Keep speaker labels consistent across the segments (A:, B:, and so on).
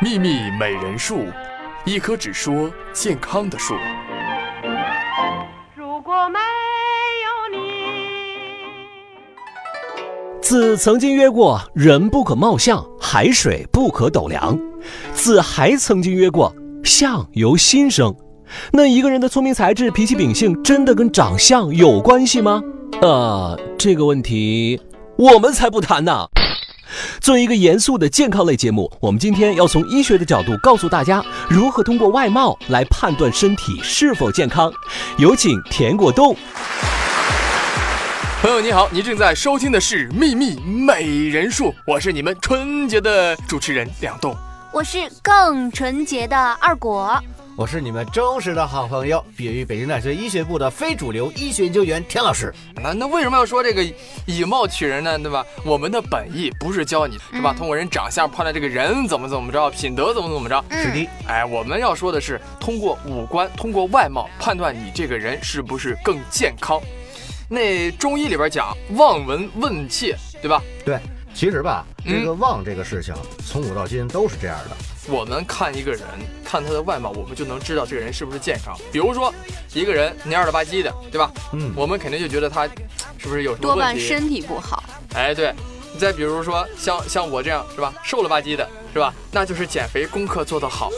A: 秘密美人树，一棵只说健康的树。
B: 如果没有你，
C: 子曾经曰过“人不可貌相，海水不可斗量”。子还曾经曰过“相由心生”。那一个人的聪明才智、脾气秉性，真的跟长相有关系吗？呃，这个问题我们才不谈呢。作为一个严肃的健康类节目，我们今天要从医学的角度告诉大家如何通过外貌来判断身体是否健康。有请田果冻。
A: 朋友你好，您正在收听的是《秘密美人树》，我是你们春节的主持人梁栋。
D: 我是更纯洁的二果。
E: 我是你们忠实的好朋友，毕业于北京大学医学部的非主流医学研究员田老师。
A: 那啊那为什么要说这个以貌取人呢？对吧？我们的本意不是教你是吧？通过人长相判断这个人怎么怎么着，品德怎么怎么着。
F: 嗯
E: 是的，
A: 哎，我们要说的是通过五官，通过外貌判断你这个人是不是更健康。那中医里边讲望闻问切，对吧？
E: 对，其实吧，
A: 嗯
E: 这个望这个事情，从古到今都是这样的。
A: 我们看一个人，看他的外貌，我们就能知道这个人是不是健康。比如说，一个人蔫了吧唧的，对吧？
E: 嗯，
A: 我们肯定就觉得他是不是有什么
F: 多
A: 问
F: 半
A: 题？
F: 身体不好。
A: 哎，对，再比如说像像我这样是吧，瘦了吧唧的是吧，那就是减肥功课做得好。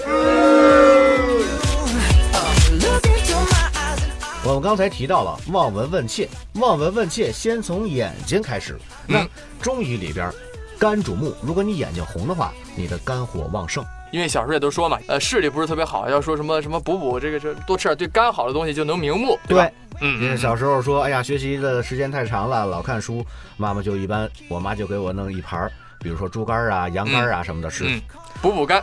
E: 我们刚才提到了望闻问切，望闻问切先从眼睛开始。那
A: 嗯
E: 中医里边，肝主目，如果你眼睛红的话，你的肝火旺盛。
A: 因为小时候也都说嘛，呃，视力不是特别好，要说什么什么补补这个这多吃点对肝好的东西就能明目，对吧？嗯
E: 因为小时候说，哎呀，学习的时间太长了，老看书，妈妈就一般，我妈就给我弄一盘儿，比如说猪肝儿啊、羊肝儿啊什么的吃。
A: 嗯，补补肝。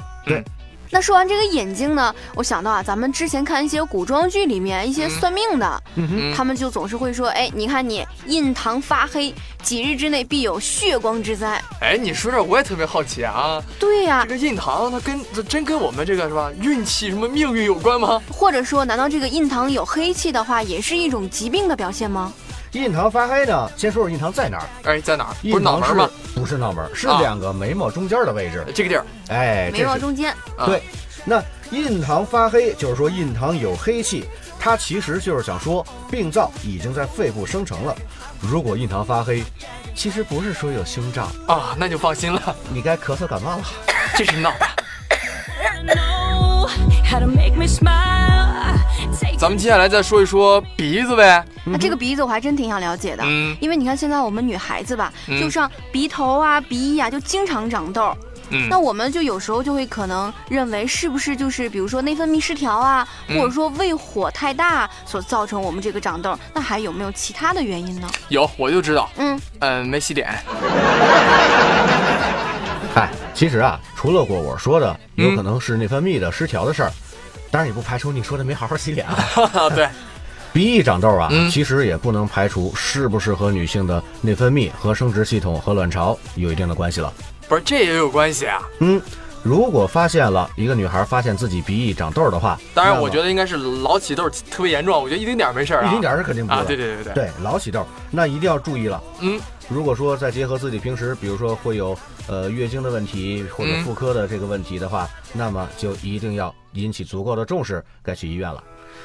F: 那说完这个眼睛呢，我想到啊，咱们之前看一些古装剧里面一些算命的，
A: 嗯
F: 他们就总是会说，哎，你看你印堂发黑，几日之内必有血光之灾。
A: 哎，你说这我也特别好奇啊，
F: 对呀、
A: 这个印堂它跟这真跟我们这个是吧运气什么命运有关吗？
F: 或者说，难道这个印堂有黑气的话，也是一种疾病的表现吗？
E: 印堂发黑呢，先说说印堂在哪儿？
A: 哎，在哪儿？不
E: 印
A: 是脑
E: 堂
A: 门吗？？
E: 不是脑门儿，是
A: 啊
E: 两个眉毛中间的位置。
A: 这个地儿，
E: 哎，
F: 眉
E: 这
F: 毛
E: 是
F: 中间，
A: 啊
E: 对。那印堂发黑就是说印堂有黑气，它其实就是想说病灶已经在肺部生成了。如果印堂发黑，其实不是说有胸胀，
A: 啊，那就放心了，
E: 你该咳嗽感冒了。
A: 这是闹 的。咱们接下来再说一说鼻子呗，
F: 那这个鼻子我还真挺想了解的。
A: 嗯
F: 因为你看，现在我们女孩子吧，
A: 嗯
F: 就上鼻头啊、鼻翼啊，就经常长痘儿。
A: 嗯
F: 那我们就有时候就会可能认为是不是就是比如说内分泌失调啊，
A: 嗯
F: 或者说胃火太大所造成我们这个长痘儿，那还有没有其他的原因呢？
A: 有我就知道，
F: 嗯，
A: 嗯，没洗脸，
E: 嗨，其实啊，除了我我说的，有
A: 嗯
E: 可能是内分泌的失调的事儿，当然也不排除你说的没好好洗脸啊。
A: 哈哈，对，
E: 鼻翼长痘啊，
A: 嗯
E: 其实也不能排除是不是和女性的内分泌和生殖系统和卵巢有一定的关系了。
A: 不是这也有关系啊。
E: 嗯，如果发现了一个女孩发现自己鼻翼长痘的话，
A: 当然，我觉
E: 得
A: 得应该是老起痘特别严重，我觉得一丁点儿没事儿啊，
E: 一丁点儿是肯定不会
A: 啊，
E: 的
A: 对对对对，
E: 对老起痘，那一定要注意了。
A: 嗯，
E: 如果说再结合自己平时，比如说会有呃月经的问题或者
A: 嗯
E: 妇科的这个问题的话，那么就一定要引起足够的重视，该去医院了。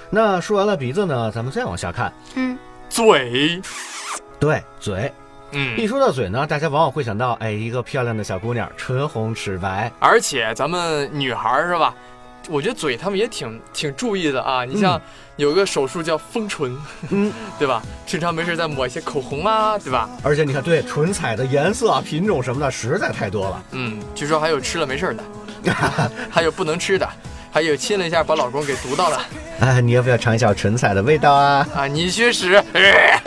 E: 那说完了鼻子呢，咱们再往下看，
A: 嘴，
E: 对嘴。一
A: 嗯，
E: 说到嘴呢，大家往往会想到，哎，一个漂亮的小姑娘，唇红齿白，
A: 而且咱们女孩儿是吧？我觉得嘴他们也挺挺注意的啊，你像有个手术叫丰唇，
E: 嗯，
A: 对吧？平常没事再抹一些口红啊，对吧？
E: 而且你看，对唇彩的颜色啊、品种什么的，实在太多了。
A: 嗯，据说还有吃了没事儿的，还有不能吃的，还有亲了一下把老公给毒到了
E: 哎，你要不要尝一下我唇彩的味道啊？
A: 啊！你去屎！哎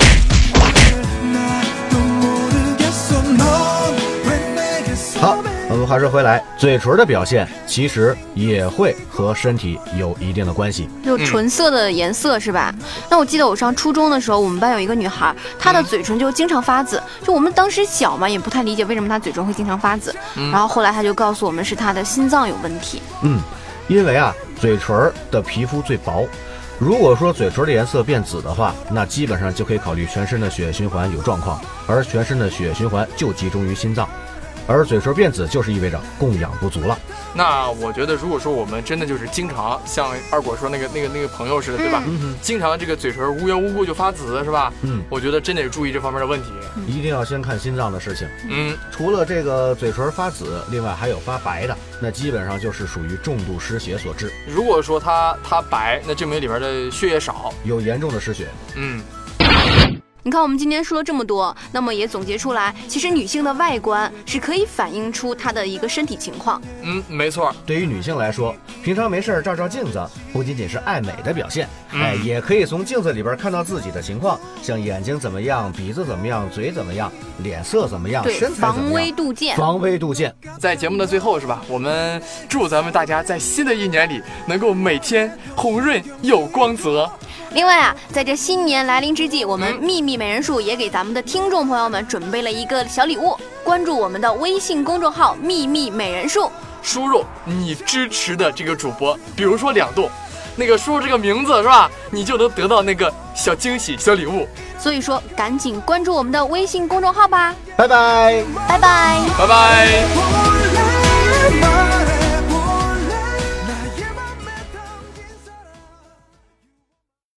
E: 好，我们话说回来，嘴唇的表现其实也会和身体有一定的关系。
F: 就
A: 嗯
F: 唇色的颜色是吧？那我记得我上初中的时候，我们班有一个女孩，她
A: 嗯
F: 的嘴唇就经常发紫。就我们当时小嘛，也不太理解为什么她嘴唇会经常发紫。
A: 嗯
F: 然后后来她就告诉我们是她的心脏有问题。
E: 嗯，因为啊，嘴唇的皮肤最薄，如果说嘴唇的颜色变紫的话，那基本上就可以考虑全身的血液循环有状况，而全身的血液循环就集中于心脏。而嘴唇变紫就是意味着供氧不足了。
A: 那我觉得，如果说我们真的就是经常像二果说那个那个那个朋友似的，对吧？经常这个嘴唇无缘无故就发紫，是吧？
E: 嗯
A: 我觉得真得注意这方面的问题。
E: 一定要先看心脏的事情。
A: 嗯，
E: 除了这个嘴唇发紫，另外还有发白的，那基本上就是属于重度失血所致，
A: 如果说它它白，那证明里边的血液少。
E: 有严重的失血。
A: 嗯，
F: 你看，我们今天说了这么多，那么也总结出来，其实女性的外观是可以反映出她的一个身体情况。
A: 嗯，没错，
E: 对于女性来说，平常没事儿照照镜子，不仅仅是爱美的表现，
A: 嗯
E: 哎，也可以从镜子里边看到自己的情况，像眼睛怎么样，鼻子怎么样，嘴怎么样，脸色怎么样，
F: 对，
E: 啊身材怎
F: 防
E: 么
F: 微
E: 样。
F: 杜渐。
E: 防微杜渐，
A: 在节目的最后是吧？我们祝咱们大家在新的一年里能够每天红润有光泽。
F: 另外啊，在这新年来临之际，我
E: 嗯
F: 们秘密美人术也给咱们的听众朋友们准备了一个小礼物。关注我们的微信公众号“秘密美人术
A: 输入你支持的这个主播，比如说两度，那个输入这个名字是吧？你就能得到那个小惊喜、小礼物。”，
F: 所以说赶紧关注我们的微信公众号吧，
E: 拜拜。
F: 拜拜。
A: 拜拜。
D: 我